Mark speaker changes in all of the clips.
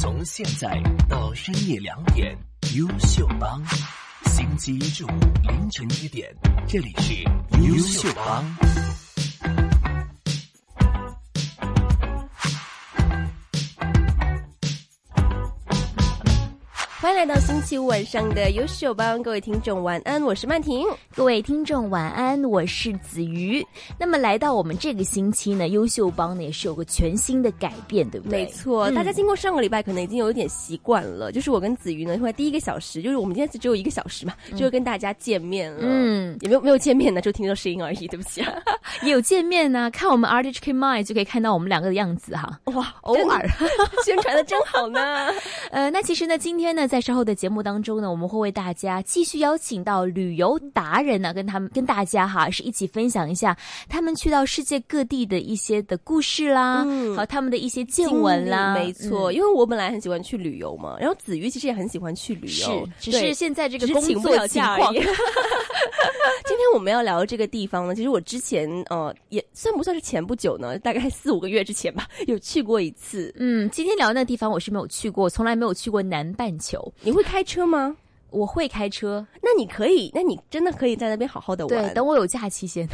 Speaker 1: 从现在到深夜两点，优秀帮。星期一至五凌晨一点，这里是优秀帮。
Speaker 2: 欢迎来到星期五晚上的优秀帮，各位听众晚安，我是曼婷。
Speaker 3: 各位听众晚安，我是子瑜。那么来到我们这个星期呢，优秀帮呢也是有个全新的改变，对不对？
Speaker 2: 没错，
Speaker 3: 嗯
Speaker 2: 大家经过上个礼拜，可能已经有一点习惯了。就是我跟子瑜呢，会在第一个小时，就是我们今天只有一个小时嘛，就会跟大家见面了。嗯，
Speaker 3: 嗯，
Speaker 2: 也没有没有见面呢，就听到声音而已。对不起、啊，
Speaker 3: 也有见面呢、看我们 R H K Mind 就可以看到我们两个的样子哈。
Speaker 2: 哇，
Speaker 3: 偶尔
Speaker 2: 宣传的真好呢。
Speaker 3: 呃，那其实呢，今天呢，在稍后的节目当中呢，我们会为大家继续邀请到旅游达人呢，跟他们跟大家哈，是一起分享一下他们去到世界各地的一些的故事啦，
Speaker 2: 嗯
Speaker 3: 和他们的一些 见闻啦，
Speaker 2: 经历没错，
Speaker 3: 嗯。
Speaker 2: 因为我本来很喜欢去旅游嘛，然后子瑜其实也很喜欢去旅游
Speaker 3: 是，，只
Speaker 2: 对
Speaker 3: 是现在这个
Speaker 2: 只是
Speaker 3: 工
Speaker 2: 请不
Speaker 3: 作
Speaker 2: 了
Speaker 3: 情
Speaker 2: 假而
Speaker 3: 况
Speaker 2: 已今天我们要聊的这个地方呢，其实我之前呃也算不算是前不久呢，大概四五个月之前吧，有去过一次。
Speaker 3: 嗯，今天聊的那个地方我是没有去过，从来没有去过南半球。
Speaker 2: 你会开车吗？
Speaker 3: 我会开车，
Speaker 2: 那你可以，那你真的可以在那边好好的玩。
Speaker 3: 对，等我有假期先。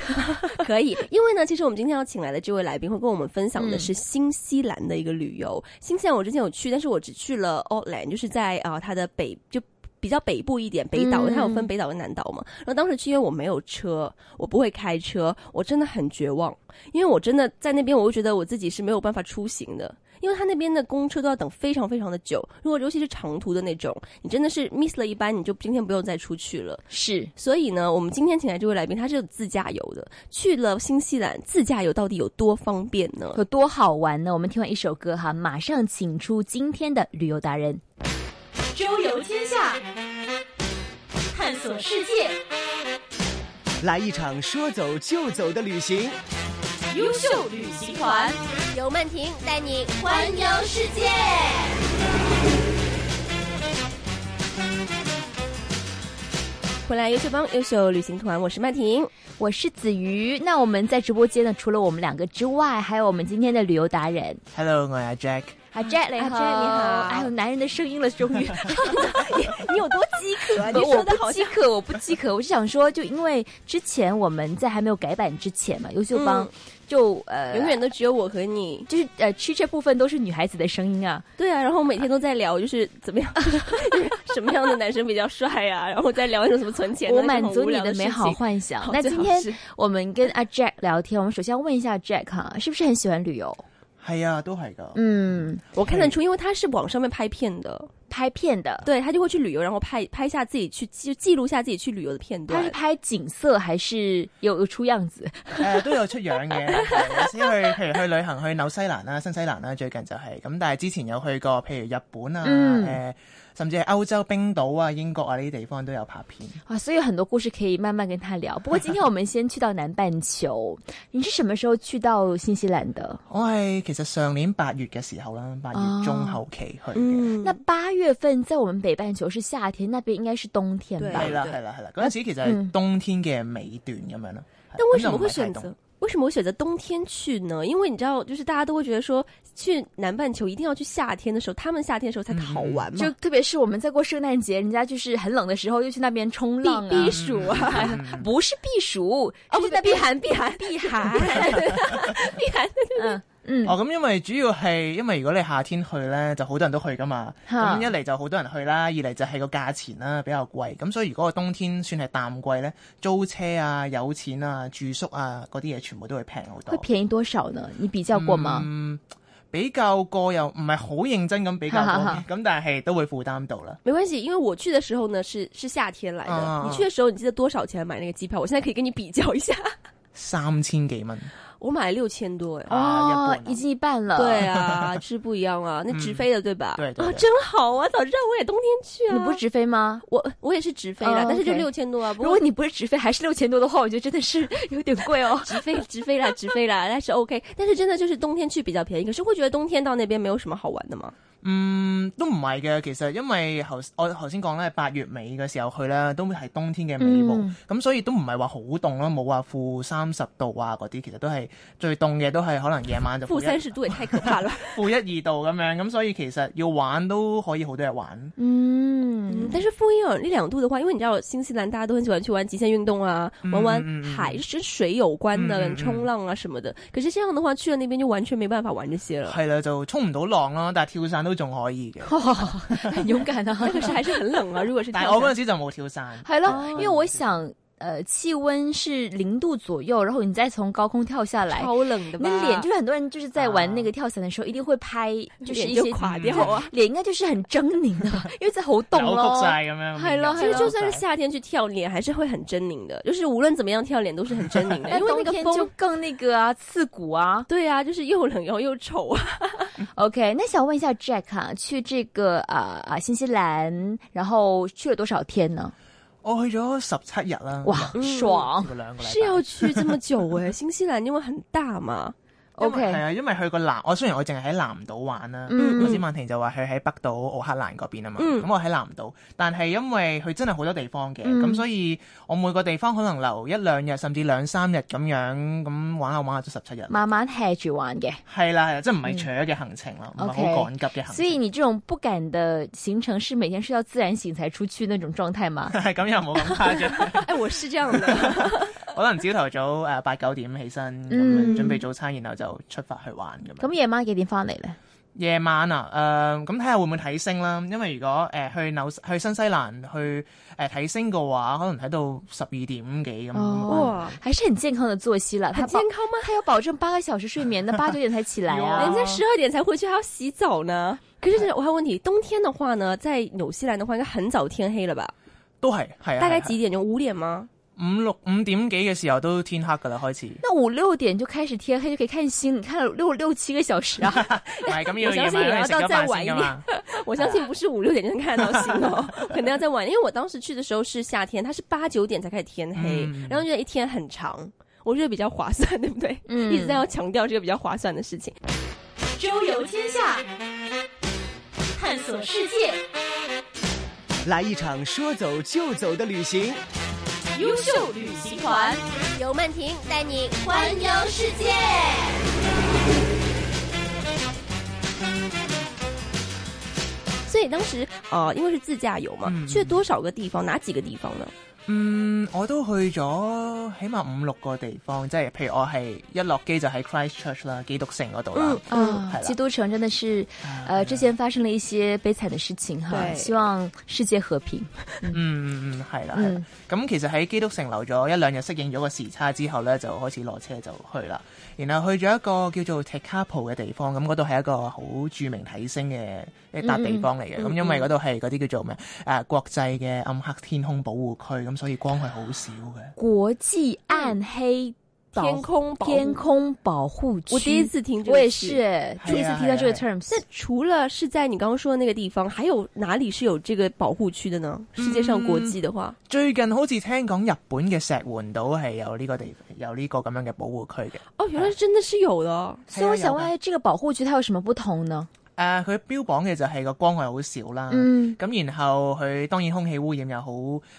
Speaker 2: 可以，因为呢，其实我们今天要请来的这位来宾会跟我们分享的
Speaker 3: 嗯
Speaker 2: 是新西兰的一个旅游。新西兰我之前有去，但是我只去了奥兰，就是在啊、呃它的北就。比较北部一点，北岛，
Speaker 3: 嗯
Speaker 2: 它有分北岛跟南岛嘛。然后当时去，因为我没有车，我不会开车，我真的很绝望，因为我真的在那边，我会觉得我自己是没有办法出行的，因为他那边的公车都要等非常非常的久，如果尤其是长途的那种，你真的是 miss 了一班，你就今天不用再出去了。
Speaker 3: 是，
Speaker 2: 所以呢，我们今天请来这位来宾，他是有自驾游的，去了新西兰自驾游到底有多方便呢？
Speaker 3: 有多好玩呢？我们听完一首歌哈，马上请出今天的旅游达人。
Speaker 4: 周游天下，探索世界，
Speaker 5: 来一场说走就走的旅行。
Speaker 4: 优秀旅行团，
Speaker 2: 由曼婷带你
Speaker 4: 环游世界。
Speaker 2: 回来优秀帮优秀旅行团，我是曼婷。
Speaker 3: 我是子瑜，那我们在直播间呢，除了我们两个之外，还有我们今天的旅游达人。
Speaker 5: Hello，我是 Jack。
Speaker 3: 啊 Jack 你
Speaker 2: 啊
Speaker 3: 好，
Speaker 2: ，Jack，你好
Speaker 3: 哎呦，男人的声音了，终于。
Speaker 2: 你有多饥渴啊？你
Speaker 3: 不
Speaker 2: 说
Speaker 3: 我
Speaker 2: 的
Speaker 3: 不
Speaker 2: 好
Speaker 3: 饥渴，我不饥渴，我就想说，就因为之前我们在还没有改版之前嘛，优秀帮、
Speaker 2: 嗯
Speaker 3: 就呃
Speaker 2: 永远都只有我和你。
Speaker 3: 就是呃吃这部分都是女孩子的声音啊，
Speaker 2: 对啊，然后每天都在聊，就是怎 么样，就是什么样的男生比较帅啊，然后再聊一种什么存钱的。
Speaker 3: 我满足你
Speaker 2: 的
Speaker 3: 美好 幻想
Speaker 2: 好。
Speaker 3: 那
Speaker 2: 最
Speaker 3: 今
Speaker 2: 好
Speaker 3: 天
Speaker 2: 是
Speaker 3: 我们跟阿 Jack 聊天，我们首先要问一下 Jack 哈、是不是很喜欢旅游？
Speaker 5: 系啊，都系噶。
Speaker 3: 嗯，
Speaker 2: 我看得出，因为他是网上面拍片的，
Speaker 3: 拍片的，
Speaker 2: 对他就会去旅游，然后拍拍下自己去记记录下自己去旅游的片段。
Speaker 3: 他是拍景色还是有有出样子？
Speaker 5: 诶、都有出樣嘅，係有 時去譬如去旅行去紐西蘭啊啦、新西蘭啦，最近就係、咁。但係之前有去過，譬如日本啊，誒、
Speaker 3: 嗯
Speaker 5: 甚至係歐洲冰島啊、英國啊呢啲地方都有拍片。
Speaker 3: 啊，所以有很多故事可以慢慢跟他聊。不过今天我们先去到南半球，你是什么时候去到新西兰的？
Speaker 2: 哦
Speaker 5: 我係其實上年八月嘅時候啦，八月中後期去嘅。
Speaker 2: 啊嗯，
Speaker 3: 那八月份在我们北半球是夏天，那边应该是冬天吧
Speaker 2: 对
Speaker 5: 係？啦，係啦，係啦，嗰陣時其實係冬天嘅尾段咁樣咯。係
Speaker 2: 嗯但为什么会？
Speaker 5: 咁
Speaker 2: 选
Speaker 5: 就唔係太
Speaker 2: 择
Speaker 5: 凍？
Speaker 2: 为什么我选择冬天去呢？因为你知道，就是大家都会觉得说，去南半球一定要去夏天的时候，他们夏天的时候才好玩嘛，
Speaker 3: 就特别是我们在过圣诞节，人家就是很冷的时候，又去那边冲
Speaker 2: 避
Speaker 3: 浪啊，
Speaker 2: 避暑啊，
Speaker 5: 嗯
Speaker 3: 不是避暑，
Speaker 2: 哦
Speaker 3: 就
Speaker 2: 不对
Speaker 3: 是在
Speaker 2: 避
Speaker 3: 避
Speaker 2: 寒
Speaker 3: 寒
Speaker 2: 避寒
Speaker 3: 避寒。
Speaker 2: 避寒。
Speaker 3: 嗯嗯，
Speaker 5: 哦，咁因為主要係因為如果你夏天去咧，就好多人都去噶嘛。
Speaker 3: 嚇
Speaker 5: 咁一嚟就好多人去啦，二嚟就係個價錢啦比較貴。咁所以如果個冬天算係淡季咧，租車啊、有錢啊、住宿啊嗰啲嘢全部都會平好
Speaker 3: 会
Speaker 5: 多。
Speaker 3: 便宜多少呢？你比较过吗？
Speaker 5: 嗯，比較過又唔係好認真咁比較過，
Speaker 3: 哈哈哈
Speaker 5: 咁但係都會負擔到啦。
Speaker 2: 没关系，因为我去的时候呢是是夏天来的
Speaker 5: 啊，
Speaker 2: 你去的时候你记得多少钱买那个机票？我现在可以跟你比较一 下，
Speaker 5: 三千幾蚊，
Speaker 2: 我买了六千多哎。
Speaker 5: 啊一
Speaker 3: 哦
Speaker 5: 半啊，
Speaker 3: 已经一半了。
Speaker 2: 对，啊，是不一样啊，那直飞的对吧？
Speaker 5: 对对
Speaker 2: 啊，
Speaker 5: 对
Speaker 2: 真好啊！早知道我也冬天去啊。
Speaker 3: 你不是直飞吗？
Speaker 2: 我我也是直飞啦，
Speaker 3: 哦
Speaker 2: 但是就
Speaker 3: OK
Speaker 2: 六千多啊。不
Speaker 3: 如
Speaker 2: 过
Speaker 3: 果你不是直飞，还是六千多的话，我觉得真的是 有点贵哦。
Speaker 2: 直飞 直飞啦，直飞啦，但是 OK。但是真的就是冬天去比较便宜，可是会觉得冬天到那边没有什么好玩的吗？
Speaker 5: 嗯，都唔係嘅。其實因為頭我頭先講咧，八月尾嘅時候去咧，都係冬天嘅尾部，咁、
Speaker 3: 嗯
Speaker 5: 所以都唔係話好凍咯，冇話負三十度啊嗰啲，其實都係係最凍嘅都係可能夜晚就
Speaker 2: 负
Speaker 5: 負
Speaker 2: 三
Speaker 5: 一
Speaker 2: 十度也太可怕 了。
Speaker 5: 負一二度咁樣，咁所以其實要玩都可以好多嘢玩。
Speaker 3: 嗯，
Speaker 2: 但是负一啊两一两度的话，因为你知道新西兰大家都很喜欢去玩极限运动啊，
Speaker 5: 嗯
Speaker 2: 玩玩
Speaker 5: 嗯嗯
Speaker 2: 海跟水有关的、
Speaker 5: 嗯嗯嗯
Speaker 2: 冲浪啊什么的。可是这样的话，去了那边就完全没办法玩这些了。
Speaker 5: 係啦，就冲唔到浪啦，但係跳傘都仲可 以嘅。
Speaker 3: 很勇敢啊！
Speaker 2: 可是还是很冷啊，如果是
Speaker 5: 但
Speaker 2: 跳
Speaker 5: 係我嗰
Speaker 2: 伞
Speaker 5: 陣時就冇跳
Speaker 2: 哦
Speaker 5: 傘。哦
Speaker 3: 系咯，因为我想，呃，气温是零度左右，然后你再从高空跳下来，
Speaker 2: 超冷的吧，
Speaker 3: 那脸就是很多人就是在玩
Speaker 5: 啊
Speaker 3: 那个跳伞的时候，一定会拍，就是
Speaker 2: 脸
Speaker 3: 一
Speaker 2: 就
Speaker 3: 些
Speaker 2: 垮
Speaker 3: 嗯
Speaker 2: 掉啊
Speaker 3: 脸应该就是很狰狞的， 因为在好冻
Speaker 5: 扭曲
Speaker 3: 咯。
Speaker 5: 晒咁樣，
Speaker 3: 係咯
Speaker 5: 面
Speaker 2: 其
Speaker 3: 係
Speaker 2: 实
Speaker 3: 咯
Speaker 2: 就算是夏天去跳，脸还是会很狰狞的，就是无论怎么样跳，脸都是很狰狞 的，
Speaker 3: 那
Speaker 2: 因为
Speaker 3: 冬
Speaker 2: 那个
Speaker 3: 天就
Speaker 2: 风。
Speaker 3: 更那个啊，刺骨啊。
Speaker 2: 对啊，就是又冷然后又丑啊。
Speaker 3: OK，那想问一下 Jack 啊，去这个啊啊、新西兰，然后去了多少天呢？
Speaker 5: 我去咗十七日啦，
Speaker 3: 哇，爽！
Speaker 5: 去過兩個 禮拜
Speaker 2: 是要去这么久 哎、新西兰因为很大嘛，
Speaker 5: 因為
Speaker 3: OK
Speaker 5: 係啊，因為去過南，我雖然我淨係喺南島玩啦，
Speaker 3: 嗯
Speaker 5: 頭先曼婷就話佢喺北島奧克蘭嗰邊啊嘛，
Speaker 2: 嗯
Speaker 5: 咁、我喺南島，但係因為佢真係好多地方嘅，咁、
Speaker 3: 嗯
Speaker 5: 所以我每個地方可能留一兩日，甚至兩三日咁樣，咁玩下玩下都十七日啦，
Speaker 3: 慢慢 h 住玩嘅，
Speaker 5: 係啦係啦，即係唔係扯嘅行程啦，唔係
Speaker 3: 嗯
Speaker 5: 好
Speaker 3: OK
Speaker 5: 趕急嘅行程。？
Speaker 3: 所以你这种不赶的行程是每天睡到自然醒才出去那种状态吗
Speaker 5: 係 咁又冇咁誇張，
Speaker 2: 哎，我是这样的，
Speaker 5: 可能朝頭早誒八九點起身，咁、
Speaker 3: 嗯
Speaker 5: 樣準備早餐，然後就出發去玩咁樣。
Speaker 3: 咁夜晚幾點翻嚟咧？
Speaker 5: 夜晚啊，誒咁睇下會唔會睇星啦。因為如果誒、呃去紐去新西蘭去呃誒睇、星嘅話，可能睇到十二點幾咁。
Speaker 3: 哦
Speaker 2: 哇，
Speaker 3: 还是很健康的作息了，
Speaker 2: 很
Speaker 3: 他
Speaker 2: 健
Speaker 3: 保
Speaker 2: 康吗？
Speaker 3: 他要保证八个小时睡眠的，八九点才起来
Speaker 2: 人
Speaker 3: 啊。
Speaker 2: 家十二点才回去，还要洗澡呢。可是我还有问题，冬天的话呢，在纽西兰的话，应该很早天黑了吧？
Speaker 5: 都係係啊，
Speaker 2: 大概
Speaker 5: 係啊
Speaker 2: 几點鐘？五點嗎？
Speaker 5: 五六五點幾嘅時候都天黑㗎 啦，開始。
Speaker 3: 那五六點就開始天黑，就可以看星，你看了六六七個小時啊。
Speaker 5: 唔係咁
Speaker 2: 我
Speaker 5: 要
Speaker 2: 相
Speaker 5: 夜
Speaker 2: 信
Speaker 5: 晚
Speaker 2: 你
Speaker 5: 食
Speaker 2: 要
Speaker 5: 咗
Speaker 2: 到再
Speaker 5: 飯
Speaker 2: 晚一
Speaker 5: 先㗎嘛。
Speaker 2: 我相信不是五六點就能看得到星哦，可能要再晚。因为我当时去的时候是夏天，它是八九点才开始天黑，
Speaker 5: 嗯
Speaker 2: 然后觉得一天很长，我觉得比较划算，对不对？
Speaker 3: 嗯
Speaker 2: 一直在要强调这个比较划算的事情。
Speaker 4: 周游天下，探索世界，
Speaker 6: 来一场说走就走的旅行。
Speaker 4: 优秀旅行团，
Speaker 7: 由曼婷带你
Speaker 4: 环游世界。
Speaker 2: 所以当时呃，因为是自驾游嘛，
Speaker 5: 嗯
Speaker 2: 去了多少个地方？哪几个地方呢？
Speaker 5: 嗯，我都去咗起碼五六個地方，即係譬如我係一落機就喺 Christchurch 啦，基督城嗰度啦。
Speaker 2: 嗯
Speaker 3: 啊
Speaker 5: 係啦
Speaker 3: 基督城真的是，呃，之前發生了一些悲慘的事情哈，
Speaker 2: 對
Speaker 3: 希望世界和平。
Speaker 5: 嗯嗯嗯，係啦係啦
Speaker 3: 嗯。
Speaker 5: 咁其實喺基督城留咗一兩日，適應咗個時差之後咧，就開始落車就去啦。然後去咗一個叫做 t e k a p o 嘅地方，咁嗰度係一個好著名睇星嘅一笪地方嚟嘅。咁、因為嗰度係嗰啲叫做咩誒、呃、國際嘅暗黑天空保護區，咁所以光係好少嘅。
Speaker 3: 國際暗黑保
Speaker 2: 天空保護
Speaker 3: 天空保護區，
Speaker 2: 我第一次听这个，
Speaker 3: 我也。是第一次听到这个
Speaker 5: 哎呀哎
Speaker 3: terms
Speaker 2: 那。除了是在你刚刚说的那个地方，还有哪里是有这个保护区的呢？世界上国际的话，
Speaker 5: 最近好似聽講日本嘅石垣島係有呢個地有呢個咁樣嘅保護區嘅。
Speaker 2: 哦，原来真的是有的哦。
Speaker 3: 所以我想问，这个保護區它有什麼不同呢？
Speaker 5: 誒，佢標榜嘅就係個光害好少
Speaker 2: 啊
Speaker 5: 啦。
Speaker 3: 嗯
Speaker 5: 咁然後佢當然空氣污染又好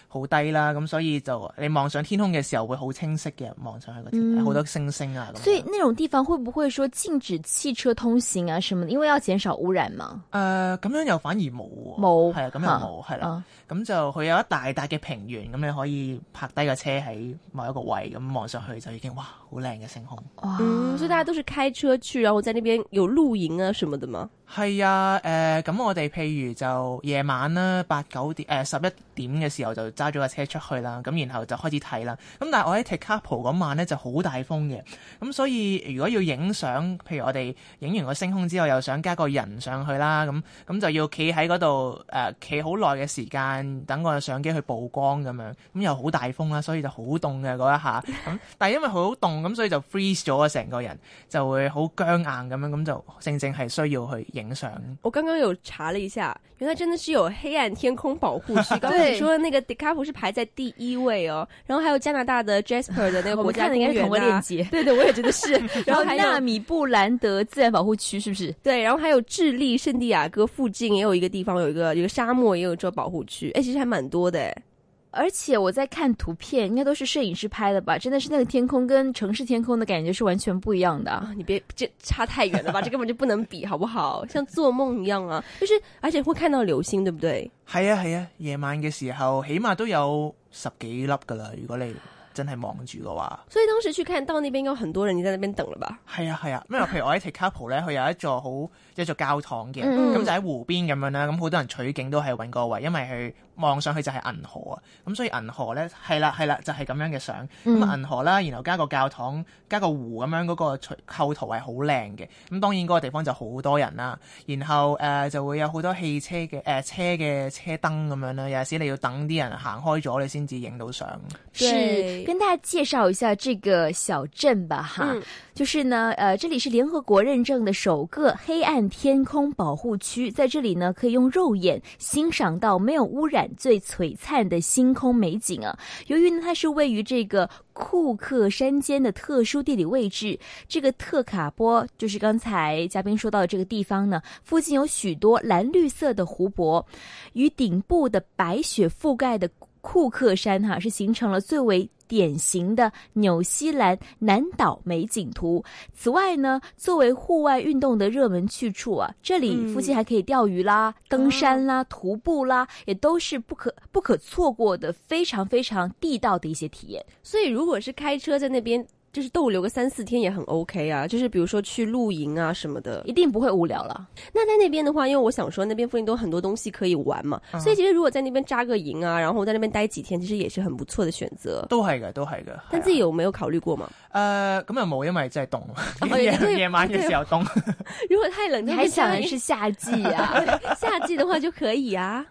Speaker 5: 好低啦，咁所以就你望上天空嘅時候會好清晰嘅，望上去個天
Speaker 3: 嗯
Speaker 5: 好、多星星啊咁樣。
Speaker 3: 所以那種地方會不會說禁止汽車通行啊什麼的？因為要減少污染嘛。
Speaker 5: 誒咁、樣又反而冇喎，
Speaker 3: 冇
Speaker 5: 係啊，咁又冇係啦。
Speaker 3: 啊
Speaker 5: 咁就佢有一大笪嘅平原，咁你可以泊低個車喺某一個位，咁望上去就已經哇好靚嘅星空。
Speaker 3: 哇，
Speaker 2: 嗯，所以大家都是开车去，然后在那边有露营啊什么的吗？
Speaker 5: 係啊，誒、咁我哋譬如就夜晚啦，八九點誒十一點嘅時候就揸咗架車出去啦，咁然後就開始睇啦。咁但係我喺 t e k a p o 嗰晚咧就好大風嘅，咁所以如果要影相，譬如我哋影完個星空之後，又想加個人上去啦，咁咁就要企喺嗰度誒企好耐嘅時間，等個相機去曝光咁樣，咁又好大風啦，所以就好凍嘅嗰一下。咁但係因為佢好凍，咁所以就 freeze 咗啊成個人。就會好僵硬咁樣，咁就正正係需要去影相。
Speaker 2: 我刚刚有查了一下，原来真的是有黑暗天空保护 区。刚刚你说的那个 d e c a p 是排在第一位哦，然后还有加拿大的 Jasper 的那个
Speaker 3: 我
Speaker 2: 国
Speaker 3: 们
Speaker 2: 家
Speaker 3: 看的
Speaker 2: 公
Speaker 3: 应该是
Speaker 2: 园、
Speaker 3: 同个链
Speaker 2: 啊。
Speaker 3: 接。
Speaker 2: 对对，我也 觉得是。然
Speaker 3: 然
Speaker 2: 后
Speaker 3: 后
Speaker 2: 还
Speaker 3: 纳
Speaker 2: 有
Speaker 3: 米布兰德自然保护区是不是？
Speaker 2: 对，然后还有智利圣地亚哥附近也有一个地方，有一个有一个沙漠也有这保护区。哎，其实还蛮多的哎。
Speaker 3: 而且我在看图片，应该都是摄影师拍的吧？真的是那个天空跟城市天空的感觉是完全不一样的啊。
Speaker 2: 啊，你别这差太远了吧，这根本就不能比，好不好？像做梦一样啊，就是而且会看到流星，对不对？
Speaker 5: 係啊係啊，夜晚嘅時候起碼都有十幾粒㗎啦。如果你真係望住嘅話，
Speaker 2: 所以当时去看到那边有很多人，你在那边等了吧？
Speaker 5: 係啊係啊，因為譬如我喺 t i k a p o 咧，佢有一座好一座教堂嘅，咁、
Speaker 3: 嗯
Speaker 5: 就喺湖邊咁樣啦。咁好多人取景都係揾個位，因為佢望上去就係銀河啊。咁所以銀河咧係啦係啦，就係、咁樣嘅相。咁、啊銀河啦，然後加個教堂，加個湖咁樣嗰個取構圖係好靚嘅。咁當然嗰個地方就好多人啦。然後誒、呃就會有好多汽車嘅誒、呃、車嘅車燈咁樣啦。有時你要等啲人行開咗，你先至影到相。
Speaker 3: 是
Speaker 2: 对
Speaker 3: 跟大家介绍一下这个小镇吧，哈，
Speaker 2: 嗯
Speaker 3: 就是呢，呃，这里是联合国认证的首个黑暗天空保护区，在这里呢，可以用肉眼欣赏到没有污染、最璀璨的星空美景啊。由于呢，它是位于这个库克山间的特殊地理位置，这个特卡波就是刚才嘉宾说到的这个地方呢，附近有许多蓝绿色的湖泊，与顶部的白雪覆盖的库克山哈、是形成了最为典型的纽西兰南岛美景图。此外呢，作为户外运动的热门去处啊，这里
Speaker 2: 嗯
Speaker 3: 附近还可以钓鱼啦、登山啦、徒步啦，也都是不可不可错过的非常非常地道的一些体验。
Speaker 2: 所以如果是开车在那边。就是逗留个三四天也很 OK 啊，就是比如说去露营啊什么的。
Speaker 3: 一定不会无聊了。
Speaker 2: 那在那边的话，因为我想说那边附近都有很多东西可以玩嘛，
Speaker 3: 啊
Speaker 2: 所以其实如果在那边扎个营啊，然后在那边待几天，其实也是很不错的选择。
Speaker 5: 都係嘅，都係啊嘅。
Speaker 2: 但自己有没有考虑过嘛？
Speaker 5: 誒呃咁又冇，因為真係
Speaker 2: 哦
Speaker 5: 凍，
Speaker 2: 你都
Speaker 5: 夜
Speaker 2: 要
Speaker 5: 夜晚嘅時候凍。
Speaker 2: 如果太冷，
Speaker 3: 你
Speaker 2: 就
Speaker 3: 还
Speaker 2: 变成
Speaker 3: 想的是夏季啊？
Speaker 2: 夏季的话就可以啊。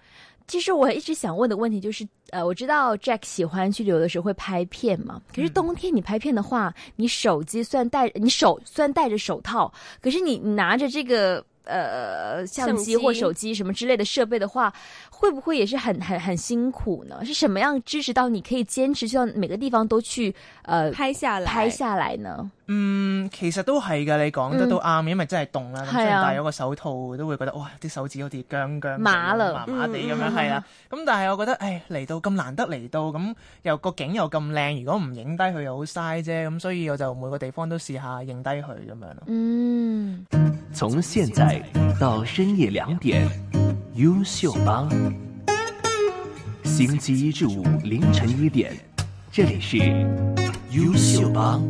Speaker 3: 其实我一直想问的问题就是，呃，我知道 Jack 喜欢去旅游的时候会拍片嘛，
Speaker 2: 嗯
Speaker 3: 可是冬天你拍片的话，你手机虽然戴，你手虽然戴着手套，可是你你拿着这个呃相
Speaker 2: 相
Speaker 3: 机
Speaker 2: 机
Speaker 3: 或手机什么之类的设备的话，会不会也是很很很辛苦呢？是什么样支持到你可以坚持去到每个地方都去呃
Speaker 2: 拍下来，
Speaker 3: 拍下来呢？
Speaker 5: 嗯，其實都係㗎，你講
Speaker 2: 嗯
Speaker 5: 得都啱，因為真係凍啦，咁
Speaker 3: 係啊
Speaker 5: 所以戴咗個手套都會覺得哇，啲手指好似僵僵地
Speaker 3: 麻嘞
Speaker 5: 麻麻地咁
Speaker 2: 嗯
Speaker 5: 樣係啦。咁但係我覺得，誒嚟到咁難得嚟到，咁又個景又咁靚，如果唔影低佢又好嘥啫。咁所以我就每個地方都試下影低佢咁樣咯。
Speaker 3: 嗯。
Speaker 1: 从现在到深夜两点，优秀帮。星期一至五凌晨一点，这里是优秀帮。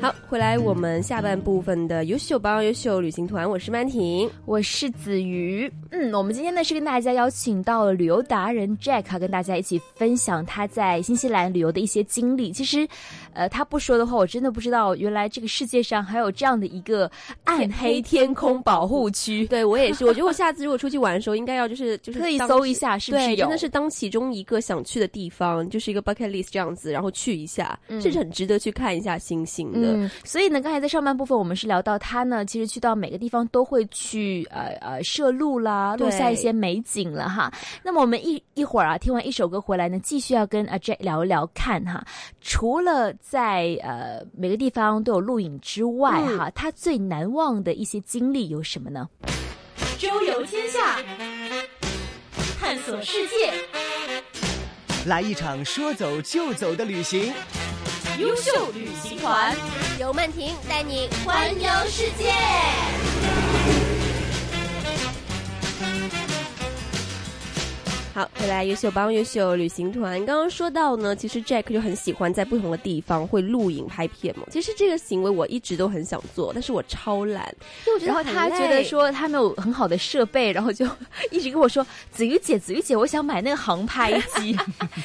Speaker 2: 好，回来我们下半部分的优秀帮优秀旅行团，我是曼婷。
Speaker 3: 我是子瑜。嗯，我们今天呢是跟大家邀请到了旅游达人 Jack，啊跟大家一起分享他在新西兰旅游的一些经历。其实，呃，他不说的话，我真的不知道原来这个世界上还有这样的一个暗黑天空保护区。
Speaker 2: 对我也是，我觉得我下次如果出去玩的时候，应该要就是就是
Speaker 3: 特意
Speaker 2: 当
Speaker 3: 搜一下是不是
Speaker 2: 对，
Speaker 3: 有
Speaker 2: 真的是当其中一个想去的地方，就是一个 bucket list 这样子，然后去一下，
Speaker 3: 嗯
Speaker 2: 是很值得去看一下星星的。
Speaker 3: 嗯，所以呢，刚才在上半部分我们是聊到他呢，其实去到每个地方都会去呃呃摄录啦，录
Speaker 2: 对
Speaker 3: 下一些美景了哈。那么我们一一会儿啊，听完一首歌回来呢，继续要跟啊 Jack 聊一聊看哈。除了在呃每个地方都有录影之外、
Speaker 2: 嗯
Speaker 3: 哈，他最难忘的一些经历有什么呢？
Speaker 4: 周游天下，探索世界，
Speaker 6: 来一场说走就走的旅行。
Speaker 4: 优秀旅行团，
Speaker 7: 由曼婷带你
Speaker 4: 环游世界。
Speaker 2: 好，回来优秀帮优秀旅行团，刚刚说到呢，其实 Jack 就很喜欢在不同的地方会录影拍片嘛。其实这个行为我一直都很想做，但是我超懒，因为我觉得
Speaker 3: 然后
Speaker 2: 很
Speaker 3: 他觉得
Speaker 2: 累
Speaker 3: 说他没有很好的设备，然后就 一直跟我说：“子瑜姐，子瑜姐，我想买那个航拍机。”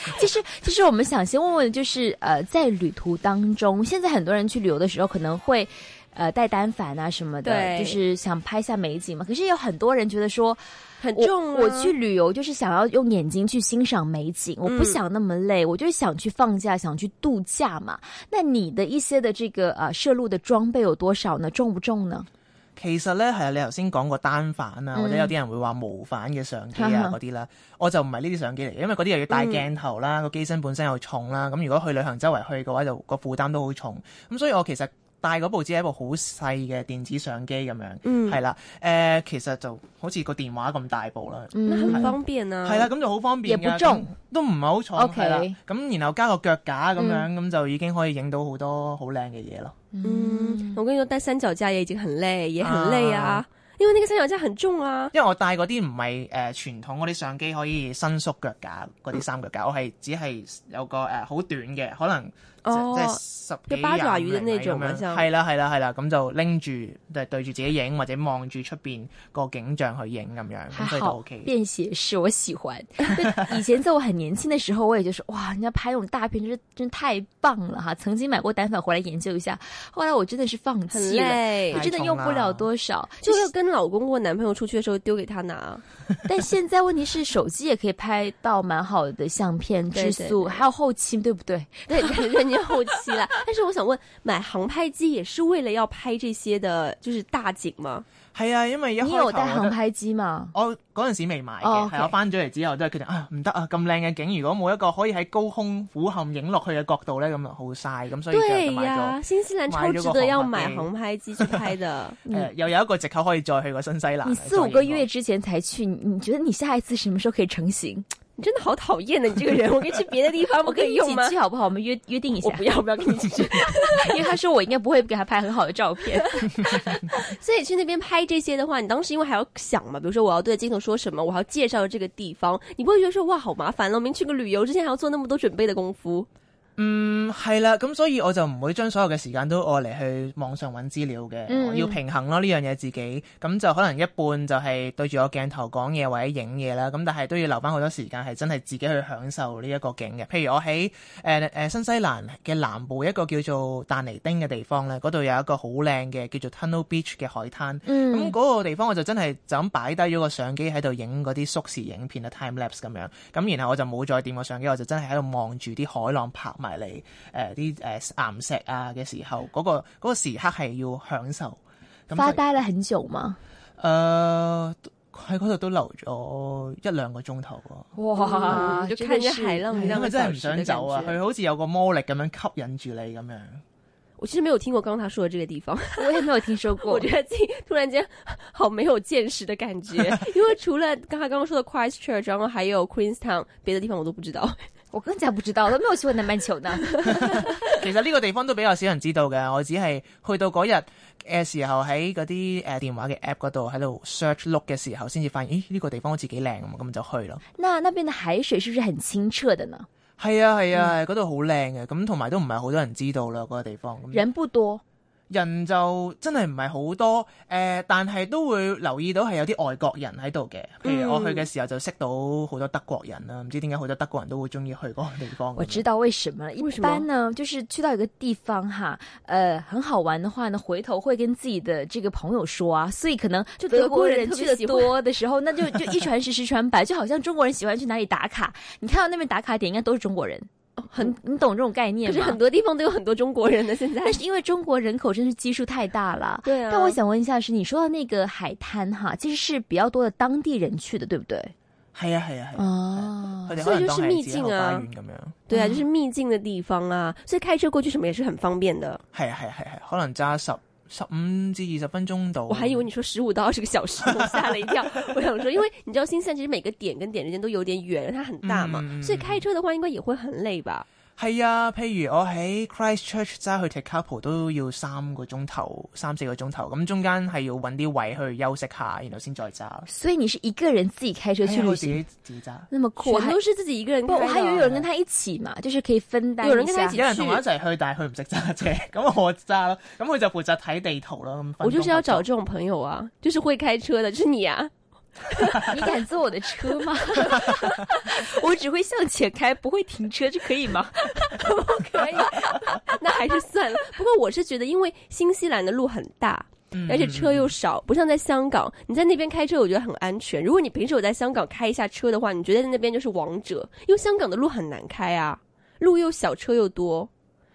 Speaker 3: 其实，其实我们想先问问，就是呃，在旅途当中，现在很多人去旅游的时候可能会。呃，带单反啊什么的，
Speaker 2: 对
Speaker 3: 就是想拍下美景嘛。可是有很多人觉得说，
Speaker 2: 很
Speaker 3: 我
Speaker 2: 重、啊
Speaker 3: 我去旅游就是想要用眼睛去欣赏美景，我不
Speaker 2: 嗯
Speaker 3: 想那么累，我就是想去放假，想去度假嘛。那你的一些的这个呃摄录的装备有多少呢？重不重呢？
Speaker 5: 其實咧係啊你頭先講過單反啊，
Speaker 3: 嗯
Speaker 5: 或者有啲人會話無反嘅相機
Speaker 3: 哈
Speaker 5: 啊
Speaker 3: 哈
Speaker 5: 嗰啲啦，我就唔係呢啲相機嚟嘅，因為嗰啲又要帶鏡頭啦，個機身本身又重啦，咁如果去旅行周圍去嘅話，就個負擔都好重，咁所以我其實。但係嗰部只係一部好細嘅電子相機咁樣，
Speaker 2: 嗯
Speaker 5: 係啦、誒、其實就好似個電話咁大部啦。
Speaker 2: 那很
Speaker 3: 嗯，
Speaker 2: 方便啊。
Speaker 5: 係啦，咁就好方便
Speaker 3: 也不
Speaker 5: 嘅，
Speaker 3: 重
Speaker 5: 咁都唔係好重，
Speaker 3: OK 嗯
Speaker 5: 係啦。咁然後加個腳架咁樣，咁就已經可以影到好多好靚嘅嘢咯。
Speaker 2: 嗯，我跟你说，带三脚架也已经很累，也很累啊
Speaker 5: 啊，
Speaker 2: 因为那个三脚架很重啊。
Speaker 5: 因為我帶嗰啲唔係誒傳統嗰啲相機可以伸縮腳架嗰啲三腳架，我係只係有個誒好、短嘅，可能即
Speaker 2: 哦
Speaker 5: 即係十幾
Speaker 2: 就八爪魚的
Speaker 5: 廿五厘米
Speaker 2: 那種
Speaker 5: 咁
Speaker 2: 好
Speaker 5: 樣
Speaker 2: 像
Speaker 5: 係啦係啦係啦，咁就拎住就對住自己影或者望住出邊個景象去影咁樣，
Speaker 3: 还
Speaker 5: 咁所以都
Speaker 3: 好
Speaker 5: OK。
Speaker 3: 便携式，我喜欢。就以前在我很年轻的时候，我也就是哇，人家拍那种大片，真真太棒了哈！曾经买过单反回来研究一下，后来我真的是放
Speaker 2: 很
Speaker 3: 弃了，哎
Speaker 2: 累
Speaker 3: 我，真的用不了多少。
Speaker 2: 就要跟老公或男朋友出去的时候丢给他拿。
Speaker 3: 但现在问题是，手机也可以拍到蛮好的相片，
Speaker 2: 对
Speaker 3: 质
Speaker 2: 对
Speaker 3: 素还有后期，对不对？
Speaker 2: 对，人家后期了。但是我想问，买航拍机也是为了要拍这些的，就是大景吗？
Speaker 5: 係啊，因為一開
Speaker 3: 你
Speaker 5: 頭
Speaker 3: 有
Speaker 5: 我
Speaker 3: 带
Speaker 5: 覺
Speaker 3: 航
Speaker 5: 得
Speaker 3: 拍机吗？
Speaker 5: 我嗰陣時未買嘅，係、
Speaker 3: 哦，OK
Speaker 5: 我翻咗嚟之後都係決定啊唔得啊咁靚嘅景，如果冇一個可以喺高空俯瞰影落去嘅角度咧，咁啊就好嘥，咁所以就
Speaker 2: 对
Speaker 5: 買咗
Speaker 2: 呀，。新西兰超值得要买航拍机去拍的。
Speaker 5: 誒、呃又有一個藉口可以再去個新西蘭。
Speaker 3: 你四五个月之前才去，你你觉得你下一次什么时候可以成型？
Speaker 2: 你真的好讨厌的，啊你这个人，我可以去别的地方，可
Speaker 3: 我跟
Speaker 2: 以
Speaker 3: 你一
Speaker 2: 用
Speaker 3: 起
Speaker 2: 吗？
Speaker 3: 去好不好？我们约约定一下
Speaker 2: 我，不要，不要跟你一起去。
Speaker 3: 因为他说我应该不会给他拍很好的照片。
Speaker 2: 所以去那边拍这些的话，你当时因为还要想嘛，比如说我要对镜头说什么，我还要介绍这个地方，你不会觉得说哇好麻烦了，我们去个旅游之前还要做那么多准备的功夫。
Speaker 5: 嗯，係啦，咁所以我就唔會將所有嘅時間都愛嚟去網上揾資料嘅，
Speaker 3: 嗯
Speaker 5: 我要平衡咯呢樣嘢自己，咁就可能一半就係對住個鏡頭講嘢或者影嘢啦，咁但係都要留翻好多時間係真係自己去享受呢一個景嘅。譬如我喺誒
Speaker 3: 嗯
Speaker 5: 誒新西蘭嘅南部一個叫做但尼丁嘅地方咧，嗰度有一個好靚嘅叫做 Tunnel Beach 嘅海灘。咁
Speaker 3: 嗯，
Speaker 5: 嗰個地方我就真係就咁擺低咗個相機喺度影嗰啲縮時影片啊 time lapse 咁樣，咁然後我就冇再掂個相機，我就真係喺度望住啲海浪拍埋嚟，誒啲誒岩石啊嘅時候，嗰、個嗰、個時刻係要享受。
Speaker 2: 嗯
Speaker 5: 咁
Speaker 3: 发
Speaker 5: 就
Speaker 3: 呆了很久吗？
Speaker 5: 誒喺嗰度都留咗一兩個鐘頭喎。
Speaker 3: 嗯
Speaker 2: 哇就看着海浪一
Speaker 5: 因
Speaker 2: 两
Speaker 5: 為
Speaker 2: 个
Speaker 5: 真係
Speaker 2: 小时
Speaker 5: 唔
Speaker 2: 的
Speaker 5: 想
Speaker 2: 感
Speaker 5: 走啊！
Speaker 2: 觉。
Speaker 5: 佢好似有個魔力咁樣吸引住你咁樣。
Speaker 2: 我其实没有听过刚刚他说的这个地方，
Speaker 3: 我也没有听说过
Speaker 2: 哎我觉。得自己突然间好没有见识的感觉，因为除了刚才刚刚说的 Christchurch，然后还有 Queenstown，别的地方我都不知道。
Speaker 3: 我更加不知道，我都没有去过南半球 呢。
Speaker 5: 其實呢個地方都比較少人知道嘅，我只係去到嗰日嘅時候喺嗰啲誒電話嘅 app 嗰度喺度 search look 嘅時候，先至發現，咦呢、個地方好似幾靚啊咁，咁就去咯。
Speaker 3: 那那边的海水是不是很清澈的呢？
Speaker 5: 係啊係啊，嗰度好靚嘅，咁同埋都唔係好多人知道啦嗰、個地方。咁
Speaker 3: 人不多，
Speaker 5: 人就真係唔係好多，誒、呃但係都會留意到係有啲外國人喺度嘅。譬
Speaker 3: 嗯
Speaker 5: 如我去嘅時候就識到好多德國人啊啦，唔知點解好多德國人都會中意去嗰個地方。
Speaker 3: 我知道为什么了。一
Speaker 2: 为什么
Speaker 3: 般呢，就是去到一个地方哈，呃，很好玩的话呢，回头会跟自己的这个朋友说啊，所以可能就德
Speaker 2: 德
Speaker 3: 国
Speaker 2: 国人
Speaker 3: 人
Speaker 2: 特别
Speaker 3: 去的
Speaker 2: 喜欢
Speaker 3: 多的时候， 那就就一传十，十传百，就好像中国人喜欢去哪里打卡，你看到那边打卡点应该都是中国人，
Speaker 2: 哦很
Speaker 3: 你你懂这种概念
Speaker 2: 可
Speaker 3: 吗？
Speaker 2: 是很多地方都有很多中国人的，现在
Speaker 3: 但是因为中国人口真是基数太大了。
Speaker 2: 对啊
Speaker 3: 但我想问一下，是你说的那个海滩哈，其实是比较多的当地人去的，对不对？
Speaker 5: 係啊係啊係啊，
Speaker 3: 哦
Speaker 5: 佢哋、
Speaker 2: 所
Speaker 5: 可
Speaker 2: 以就
Speaker 5: 能當
Speaker 2: 是
Speaker 5: 係
Speaker 2: 秘
Speaker 5: 自己後
Speaker 2: 境啊
Speaker 5: 花園咁樣。
Speaker 2: 对啊，就是秘境的地方啊，所以开车过去什么也是很方便的。
Speaker 5: 係啊係啊係啊係啊，可能揸十十五至二十分鐘到。
Speaker 2: 我还以为你说十五到二十个小时，我吓了一跳。我想说，因为你知道新西兰其实每个点跟点之间都有点远，它很大嘛，
Speaker 5: 嗯
Speaker 2: 所以开车的话应该也会很累吧？
Speaker 5: 係啊，譬如我喺 Christchurch 揸去 t e c a p o 都要三個鐘頭，三四個鐘頭，咁中間係要揾啲位去休息下，然後先再揸。
Speaker 3: 所以你是一个人自己开车去
Speaker 5: 係啊
Speaker 2: 哎
Speaker 3: 旅
Speaker 5: 我自
Speaker 3: 行，
Speaker 5: 己自己揸，
Speaker 3: 那么酷，我
Speaker 2: 全
Speaker 3: 还
Speaker 2: 都是自己一个人
Speaker 3: 不，
Speaker 2: 开
Speaker 3: 我
Speaker 2: 的啊。
Speaker 3: 还以为有人跟他一起嘛，就是可以分担一下。
Speaker 2: 有人跟 他一起
Speaker 5: 有人同我一齊去，但係佢唔識揸車，咁我揸咯，咁佢就負責睇地圖咯。咁分
Speaker 2: 我就是要找
Speaker 5: 工合作
Speaker 2: 这种朋友啊，就是会开车的，就是你啊。
Speaker 3: 你敢坐我的车吗？我只会向前开，不会停车，这可以吗？
Speaker 2: 可以，那还是算了。不过我是觉得，因为新西兰的路很大。而且车
Speaker 3: 嗯
Speaker 2: 又少，不像在香港，你在那边开车，我觉得很安全。如果你平时有在香港开一下车的话，你觉得那边就是王者，因为香港的路很难开啊，路又小，车又多，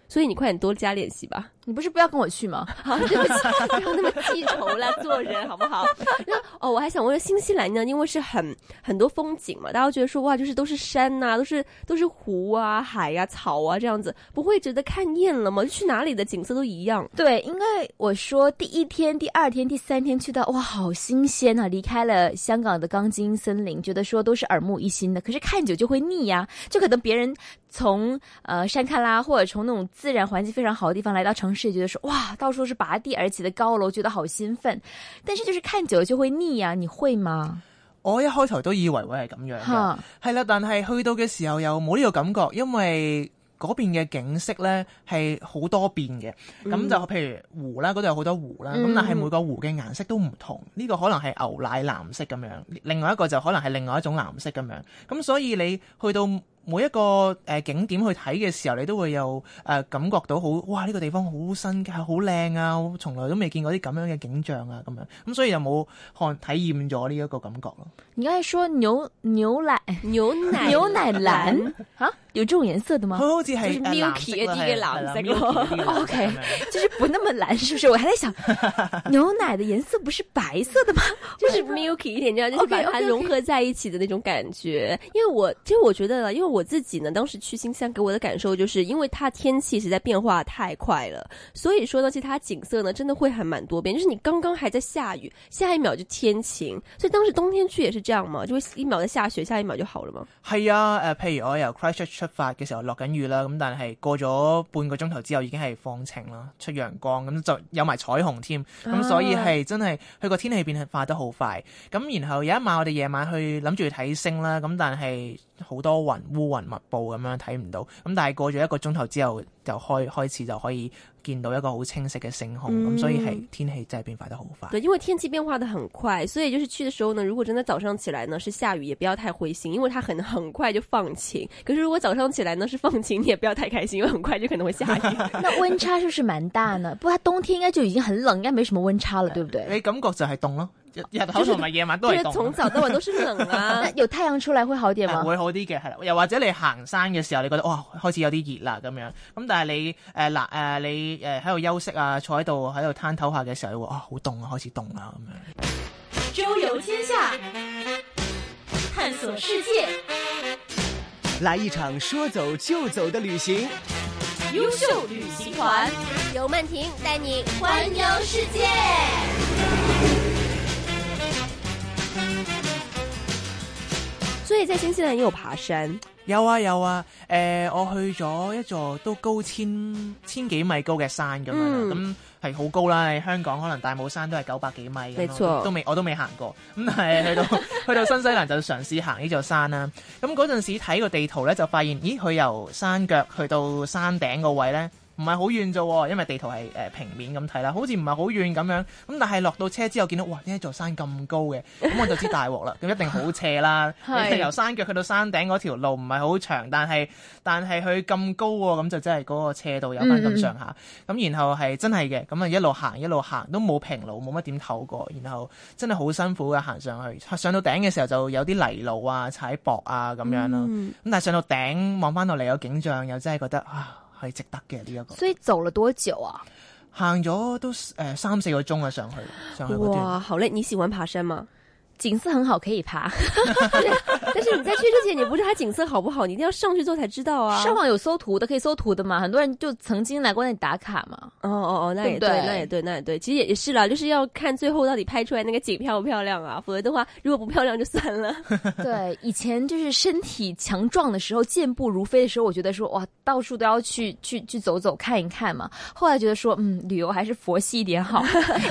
Speaker 2: 所以你快点多加练习吧。
Speaker 3: 你不是不要跟我去吗？
Speaker 2: 啊，对不起，不要那么记仇啦，做人好不 好？那哦，我还想问，新西兰呢，因为是很很多风景嘛，大家会觉得说哇，就是都是山呐、都是都是湖啊、海呀、草啊这样子，不会觉得看厌了吗？就去哪里的景色都一样。
Speaker 3: 对，应该我说第一天、第二天、第三天去到，哇，好新鲜啊！离开了香港的钢筋森林，觉得说都是耳目一新的，可是看久就会腻呀、就可能别人从呃山卡拉或者从那种自然环境非常好的地方来到城市，也觉得说哇，到处都是拔地而起的高楼，觉得好兴奋。但是就是看久了就会腻呀、你会吗？
Speaker 5: 我一開頭都以為會係咁樣嘅
Speaker 3: 嚇，
Speaker 5: 係啦，但係去到嘅時候又冇呢個感覺，因為嗰邊嘅景色咧係好多變嘅，咁、就譬如湖啦，嗰度有好多湖啦，咁、但係每個湖嘅顏色都唔同，呢、個可能係牛奶藍色咁樣，另外一個就可能係另外一種藍色咁樣，咁所以你去到每一個誒景點去睇嘅時候，你都會有誒、呃感覺到好哇！呢、個地方好新㗎，好靚啊！我從來都未見過啲咁樣嘅景象啊，咁樣咁所以就冇看體驗咗呢一個感覺咯。
Speaker 3: 你刚才说牛牛奶
Speaker 2: 牛奶
Speaker 3: 牛奶蓝啊，有这种颜色的
Speaker 5: 佢
Speaker 3: 吗？
Speaker 5: 好似
Speaker 2: 就
Speaker 5: 係呃
Speaker 2: 係 milky 一啲嘅藍色咯
Speaker 3: OK 就是不那么蓝，是不是？我还在 想，牛奶的颜色不是白色的吗？
Speaker 2: 就是 milky 一点，这样就是把
Speaker 3: OK，OK，OK
Speaker 2: 它融合在一起的那种感觉。因为我其实我觉得啦，因为我自己呢，当时去新西兰给我的感受就是，因为它天气实在变化太快了，所以说呢，其实它景色呢真的会还蛮多变。就是你刚刚还在下雨，下一秒就天晴，所以当时冬天去也是这样嘛，就会一秒在下雪，下一秒就好了嘛。
Speaker 5: 係啊，誒、譬如我由 Christchurch 出發嘅時候落緊雨啦，咁但係過咗半個鐘頭之後已經係放晴啦，出陽光，咁就有埋彩虹添，
Speaker 2: 啊
Speaker 5: 咁、所以係真係佢個天氣變化得好快。咁然後有一晚我哋夜晚去諗住睇星啦，咁但係好多雲烏雲密布咁樣睇唔到，咁但係過咗一個鐘頭之後就開開始就可以見到一個好清晰嘅星空，咁、所以
Speaker 2: 嗯
Speaker 5: 係天氣真係變化得好快。
Speaker 2: 对，因为天气变化的很快，所以就是去的时候呢，如果真的早上起来呢是下雨，也不要太灰心，因为它很很快就放晴。可是如果早上起来呢是放晴，你也不要太开心，因为很快就可能会下雨。
Speaker 3: 那温差是不是蛮大呢？不过它冬天应该就已经很冷，应该没什么温差了，对不对？
Speaker 5: 你感覺就係凍咯，日日頭同埋夜晚都
Speaker 2: 就
Speaker 5: 係
Speaker 2: 是
Speaker 5: 凍
Speaker 2: 从
Speaker 5: 咯。
Speaker 2: 早到晚都是冷 啊
Speaker 3: 那。有太阳出来会好点
Speaker 5: 誒
Speaker 3: 吗？
Speaker 5: 會好啲嘅，係啦。又或者你行山嘅時候，你覺得哇開始有啲熱啦咁樣，咁但係你誒嗱誒你誒喺度休息啊，坐喺度喺度攤唞下嘅時候，你會啊好凍啊，開始凍啦咁樣。
Speaker 4: 周游天下，探索世界。
Speaker 6: 来一场说走就走的旅行。
Speaker 4: 优秀旅行团，
Speaker 7: 由曼婷带你环游世界。
Speaker 2: 所以在新西兰也有爬山，
Speaker 5: 有啊有啊，誒、我去咗一座都高千千幾米高嘅山咁樣啦，咁
Speaker 2: 嗯
Speaker 5: 係好高啦。喺香港可能大帽山都係九百幾米咁
Speaker 2: 沒
Speaker 5: 咯，
Speaker 2: 錯
Speaker 5: 都未我都未行過。咁但係去到 去到新西蘭就嘗試行呢座山啦。咁嗰陣時睇個地圖咧，就發現咦，佢由山腳去到山頂個位咧。唔係好遠啫喎，因為地圖係誒、呃平面咁睇啦，好似唔係好遠咁樣。咁但係落到車之後，見到哇呢一座山咁高嘅，咁我就知大鑊啦。咁一定好斜啦，
Speaker 3: 係
Speaker 5: 你由山腳去到山頂嗰條路唔係好長，但係但係佢咁高喎，咁就真係嗰個斜度有翻咁上下。啊咁、然後係真係嘅，咁啊一路行一路行都冇平路，冇乜點透過，然後真係好辛苦嘅行上去。上到頂嘅時候就有啲泥路啊、踩薄啊咁樣
Speaker 2: 嗯
Speaker 5: 啦。咁、但係上到頂望翻落嚟有景象，又真係覺得啊係值得嘅呢一個。
Speaker 3: 所以走了多久啊？
Speaker 5: 行咗都誒、呃三四個鐘啊上去上去嗰段。
Speaker 2: 哇，好累！你喜欢爬山吗？
Speaker 3: 景色很好，可以爬。
Speaker 2: 但是你在去之前，你不知道它景色好不好，你一定要上去之后才知道啊。
Speaker 3: 上网有搜图的，可以搜图的嘛？很多人就曾经来过那里打卡嘛。
Speaker 2: 哦哦哦，那也对，
Speaker 3: 对不对
Speaker 2: 那也对，那也对。其实也也是啦，就是要看最后到底拍出来那个景漂不漂亮啊，否则的话，如果不漂亮就算了。
Speaker 3: 对，以前就是身体强壮的时候，健步如飞的时候，我觉得说哇，到处都要去去去走走看一看嘛。后来觉得说，嗯，旅游还是佛系一点 好，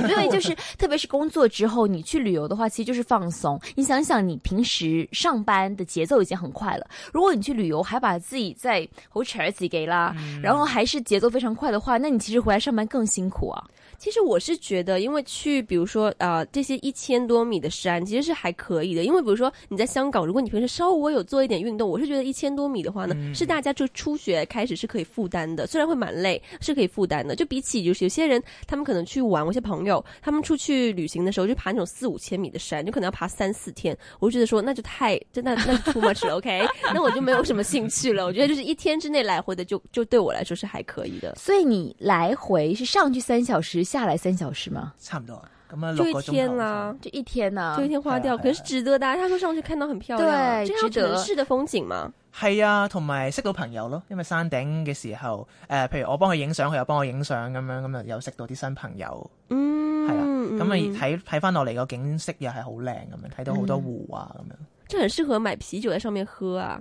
Speaker 3: 因为就是特别是工作之后，你去旅游的话，其实就是放松。你想想，你平时上班的节奏已经很快了，如果你去旅游还把自己在好扯自己啦，然后还是节奏非常快的话，那你其实回来上班更辛苦啊。
Speaker 2: 其实我是觉得，因为去比如说呃这些一千多米的山，其实是还可以的。因为比如说你在香港，如果你平时稍微有做一点运动，我是觉得一千多米的话呢，是大家就初学开始是可以负担的，虽然会蛮累，是可以负担的。就比起就是有些人，他们可能去玩，我一些朋友他们出去旅行的时候就爬那种四五千米的山，就可能要爬三四天，我就觉得说那就太真的 那就 too much 了，OK，那我就没有什么兴趣了。我觉得就是一天之内来回的就就对我来说是还可以的。
Speaker 3: 所以你来回是上去三小时，下来三小时吗？
Speaker 5: 差唔多啊，咁啊
Speaker 2: 就
Speaker 5: 六
Speaker 2: 一
Speaker 5: 個鐘
Speaker 2: 天
Speaker 5: 頭
Speaker 2: 啦，
Speaker 3: 就一天呢、
Speaker 2: 就一天花掉，
Speaker 5: 係啊
Speaker 2: 可是值得的啊。他说上去看到很漂亮啊，
Speaker 3: 对
Speaker 2: 这样
Speaker 3: 值得
Speaker 2: 城市的风景嘛。
Speaker 5: 係啊，同埋識到朋友咯，因為山頂嘅時候，誒、譬如我幫佢影相，佢又幫我影相咁樣，咁啊又識到啲新朋友，
Speaker 2: 嗯，
Speaker 5: 係啦、咁啊
Speaker 2: 嗯
Speaker 5: 睇睇翻落嚟個景色又係好靚咁樣，睇到好多湖啊咁樣。
Speaker 2: 这很适合买啤酒在上面喝啊，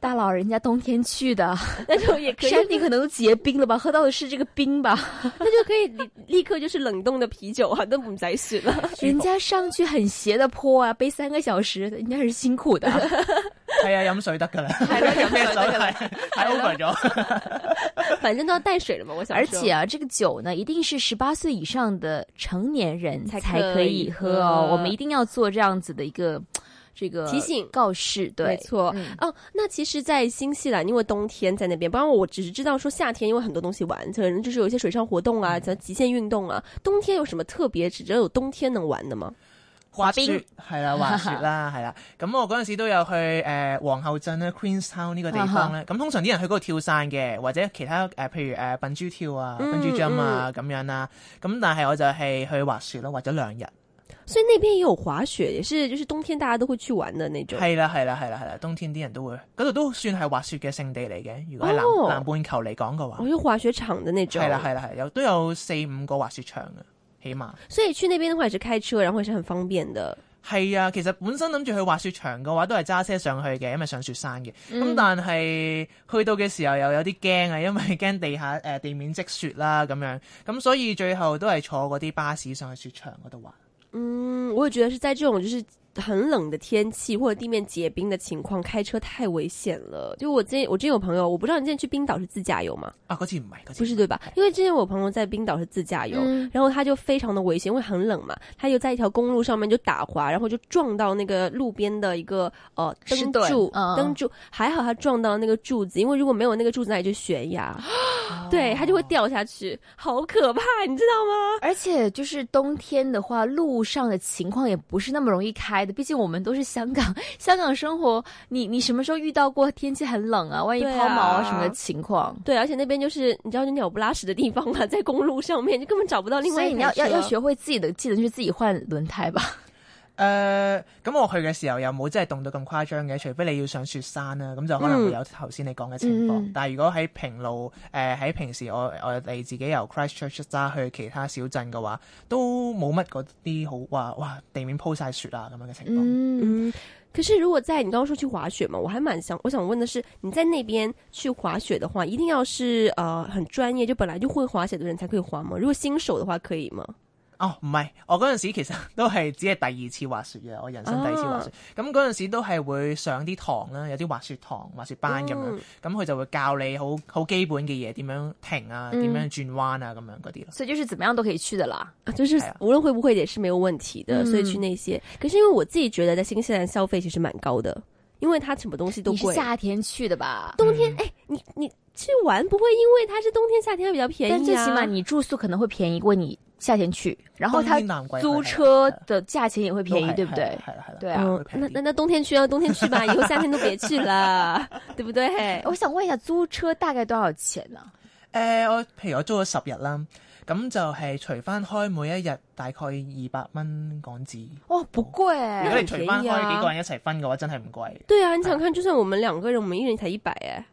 Speaker 3: 大佬人家冬天去的，
Speaker 2: 那就也可以，
Speaker 3: 山顶可能都结冰了吧？喝到的是这个冰吧？
Speaker 2: 那就可以立立刻就是冷冻的啤酒啊，都唔使雪 了。
Speaker 3: 人家上去很斜的坡啊，背三个小时，人家是辛 苦的。
Speaker 2: 哦
Speaker 5: 係啊，飲水得㗎啦，
Speaker 2: 係啦飲水
Speaker 5: 咩
Speaker 2: 得
Speaker 5: 酒
Speaker 2: 㗎啦
Speaker 5: 係啊係啊 over 咗。
Speaker 2: 反正都要带水了嘛，我想
Speaker 3: 而
Speaker 2: 说。
Speaker 3: 且啊，这个酒呢，一定是十八岁以上的成年人
Speaker 2: 才
Speaker 3: 才
Speaker 2: 可
Speaker 3: 可
Speaker 2: 以
Speaker 3: 以喝哦。
Speaker 2: 喝
Speaker 3: 我们一定要做这样子的一个这个
Speaker 2: 提醒
Speaker 3: 告示，对，
Speaker 2: 没错，
Speaker 3: 嗯
Speaker 2: 哦，那其实，在新西兰，因为冬天在那边，不然我只是知道说夏天，因为很多东西玩，可能就是有一些水上活动
Speaker 3: 嗯
Speaker 2: 啊，叫极限运动啊。冬天有什么特别，只有冬天能玩的吗？
Speaker 5: 滑雪係啦，滑雪 啦，係啦。咁我嗰陣時都有去誒、皇后鎮咧，Queenstown 呢個地
Speaker 2: 啊
Speaker 5: 方咧。咁、通常啲人去嗰度跳傘嘅，或者其他誒、呃譬如誒、笨豬跳啊、
Speaker 2: 嗯
Speaker 5: 笨豬 jump 啊咁樣啦。咁但係我就係去滑雪咯，滑咗兩日。
Speaker 2: 所以那边也有滑雪，也是就是冬天大家都会去玩的那种。
Speaker 5: 係啦，係啦，係啦，係啦，冬天啲人都會嗰度都算係滑雪嘅聖地嚟嘅。如果喺南、
Speaker 2: 哦
Speaker 5: 南半球嚟講嘅話
Speaker 2: 我，去哦滑雪場的那种。
Speaker 5: 係啦，係啦，係啦有都有四五個滑雪場嘅，起碼。
Speaker 2: 所以去那边的话也是开车，然后也是很方便的。
Speaker 5: 係啊，其實本身諗住去滑雪場嘅話，都係揸車上去嘅，因為上雪山嘅。咁、
Speaker 2: 嗯
Speaker 5: 但係去到嘅時候又有啲驚啊，因為 驚地下誒、呃地面積雪啦咁樣。咁所以最後都係坐嗰啲巴士上去雪場嗰度滑。
Speaker 2: 嗯，我也觉得是在这种就是很冷的天气或者地面结冰的情况，开车太危险了。就我之前我之前有朋友，我不知道你之前去冰岛是自驾游吗？
Speaker 5: 啊，嗰次唔係，嗰次
Speaker 2: 不是对吧？因为之前我朋友在冰岛是自驾游，
Speaker 3: 嗯
Speaker 2: 然后他就非常的危险，因为很冷嘛，他就在一条公路上面就打滑，然后就撞到那个路边的一个呃
Speaker 3: 石
Speaker 2: 灯
Speaker 3: 墩
Speaker 2: 柱，
Speaker 3: 嗯
Speaker 2: 灯柱还好他撞到那个柱子，因为如果没有那个柱子，那里就悬崖，
Speaker 3: 哦
Speaker 2: 对他就会掉下去，好可怕，你知道吗？
Speaker 3: 而且就是冬天的话，路上的情况也不是那么容易开的，毕竟我们都是香港， 香港生活，你你什么时候遇到过天气很冷啊，万一抛
Speaker 2: 对啊
Speaker 3: 锚啊什么的情况？
Speaker 2: 对，而且那边就是你知道就鸟不拉屎的地方嘛，在公路上面就根本找不到另
Speaker 3: 所
Speaker 2: 外
Speaker 3: 以
Speaker 2: 一
Speaker 3: 你
Speaker 2: 台
Speaker 3: 要
Speaker 2: 车。
Speaker 3: 要要学会自己的技能，就是自己换轮胎吧。
Speaker 5: 呃誒，咁、我去嘅時候又冇真係凍到咁誇張嘅，除非你要上雪山啦，咁就可能會有頭先你講嘅情況。
Speaker 3: 嗯
Speaker 5: 但係如果喺平路，誒、呃喺平時我我哋自己由 Christchurch 揸去其他小鎮嘅話，都冇乜嗰啲好話哇地面鋪晒雪啊咁樣嘅情況。
Speaker 3: 嗯，
Speaker 2: 嗯，可是如果在你刚刚说去滑雪嘛，我还蛮想我想问的是，你在那边去滑雪的话，一定要是呃很专业，就本来就会滑雪的人才可以滑吗？如果新手的话可以吗？
Speaker 5: 哦，唔係，我嗰陣時其實都係只係第二次滑雪嘅，我人生第二次
Speaker 3: 啊
Speaker 5: 滑雪。咁嗰陣時都係會上啲堂啦，有啲滑雪堂、滑雪班咁樣
Speaker 2: 嗯，
Speaker 5: 咁佢、就會教你好好基本嘅嘢，點樣停啊，點
Speaker 3: 嗯
Speaker 5: 樣轉彎啊，咁樣嗰啲咯。
Speaker 3: 所以就是怎么样都可以去的啦。
Speaker 2: 啊就是嗯
Speaker 5: 哎呀
Speaker 2: 无论会不会也是没有问题的，所以去那些。可是因为我自己觉得在新西兰消费其实蛮高的，因为它什么东西都
Speaker 3: 你是
Speaker 2: 贵。
Speaker 3: 夏天去的吧？
Speaker 2: 冬天哎，你你去玩不会因为它是冬天夏天它比较便宜、啊，
Speaker 3: 但最起码你住宿可能会便宜过你夏天去，然后它
Speaker 5: 冬天南贵
Speaker 3: 租
Speaker 5: 还是
Speaker 3: 车的价钱也会便宜，
Speaker 5: 都係
Speaker 3: 对不对？
Speaker 5: 係啦係啦，
Speaker 3: 对啊
Speaker 2: 嗯
Speaker 5: 會，平
Speaker 2: 那
Speaker 5: 啲
Speaker 2: 那那冬天去啊，冬天去吧，以后夏天都别去了， 对不对？
Speaker 3: 哎我想问一下，租车大概多少钱呢、
Speaker 5: 誒、我譬如我租咗十日啦，咁就係除翻開每一日大概二百蚊港紙。
Speaker 3: 哇、哦不贵、
Speaker 5: 如果你除翻
Speaker 2: 便宜啊
Speaker 5: 開幾個人一齊分嘅話，真係唔貴。
Speaker 2: 对啊，你想看，就算我们两个人，我们一人才一百哎，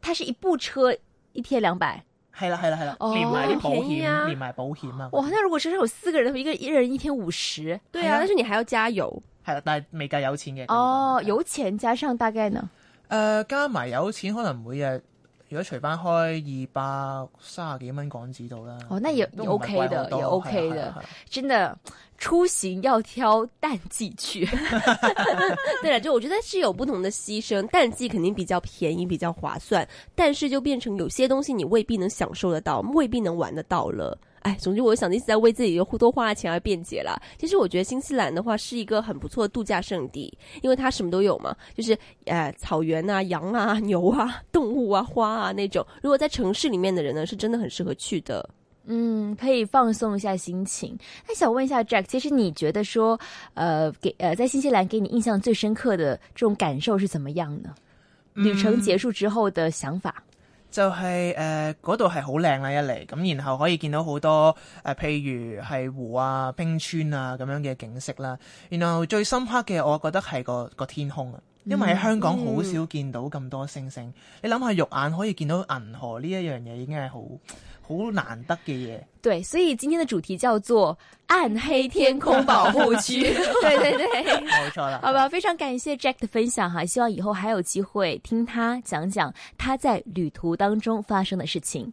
Speaker 3: 它是一部车一天两百。
Speaker 5: 係啦係啦係啦
Speaker 3: 哦，
Speaker 5: 連埋啲保
Speaker 2: 便宜
Speaker 5: 險，
Speaker 2: 啊
Speaker 5: 連埋保險啊。
Speaker 3: 哇，那如果车上有四个人，一个一人一天五十
Speaker 2: 对
Speaker 5: 啊
Speaker 2: 但是你还要加油，
Speaker 5: 係啦，但係未計有錢嘅。
Speaker 3: 哦，
Speaker 5: 咁
Speaker 3: 油钱加上大概呢？
Speaker 5: 誒、加埋有錢，可能每日如果除翻開二百三十幾蚊港紙度啦。
Speaker 3: 哦那也
Speaker 5: 都唔係貴好
Speaker 3: OK 的
Speaker 5: 多
Speaker 3: 也
Speaker 5: 係啦
Speaker 3: OK
Speaker 5: 係啦
Speaker 3: 的
Speaker 5: 係啦
Speaker 3: 真的，出行要挑淡季去。
Speaker 2: 对啊了，就我觉得是有不同的牺牲，淡季肯定比较便宜，比较划算，但是就变成有些东西你未必能享受得到，未必能玩得到了。哎，总之我想一直在为自己又多花了钱而辩解啦。其实我觉得新西兰的话是一个很不错的度假胜地，因为它什么都有嘛，就是呃草原啊、羊啊、牛啊、动物啊、花啊那种。如果在城市里面的人呢，是真的很适合去的。
Speaker 3: 嗯，可以放松一下心情。那想问一下 Jack，其实你觉得说，呃，给呃，在新西兰给你印象最深刻的这种感受是怎么样呢？旅程结束之后的想法，
Speaker 5: 就係誒嗰度係好靚啊啦一嚟，咁然後可以見到好多誒、呃譬如係湖啊、冰川啊咁樣嘅景色啦。然後最深刻嘅，我覺得係個個天空啊。因為喺香港好少見到咁多星星，你諗下肉眼可以見到銀河呢一樣嘢已經係好好難得嘅嘢。
Speaker 3: 对，所以今天的主题叫做“暗黑天空保护区”。对对对。
Speaker 5: 冇錯啦，
Speaker 3: 好吧，非常感谢 Jack 的分享哈，希望以后还有机会听他讲讲他在旅途当中发生的事情。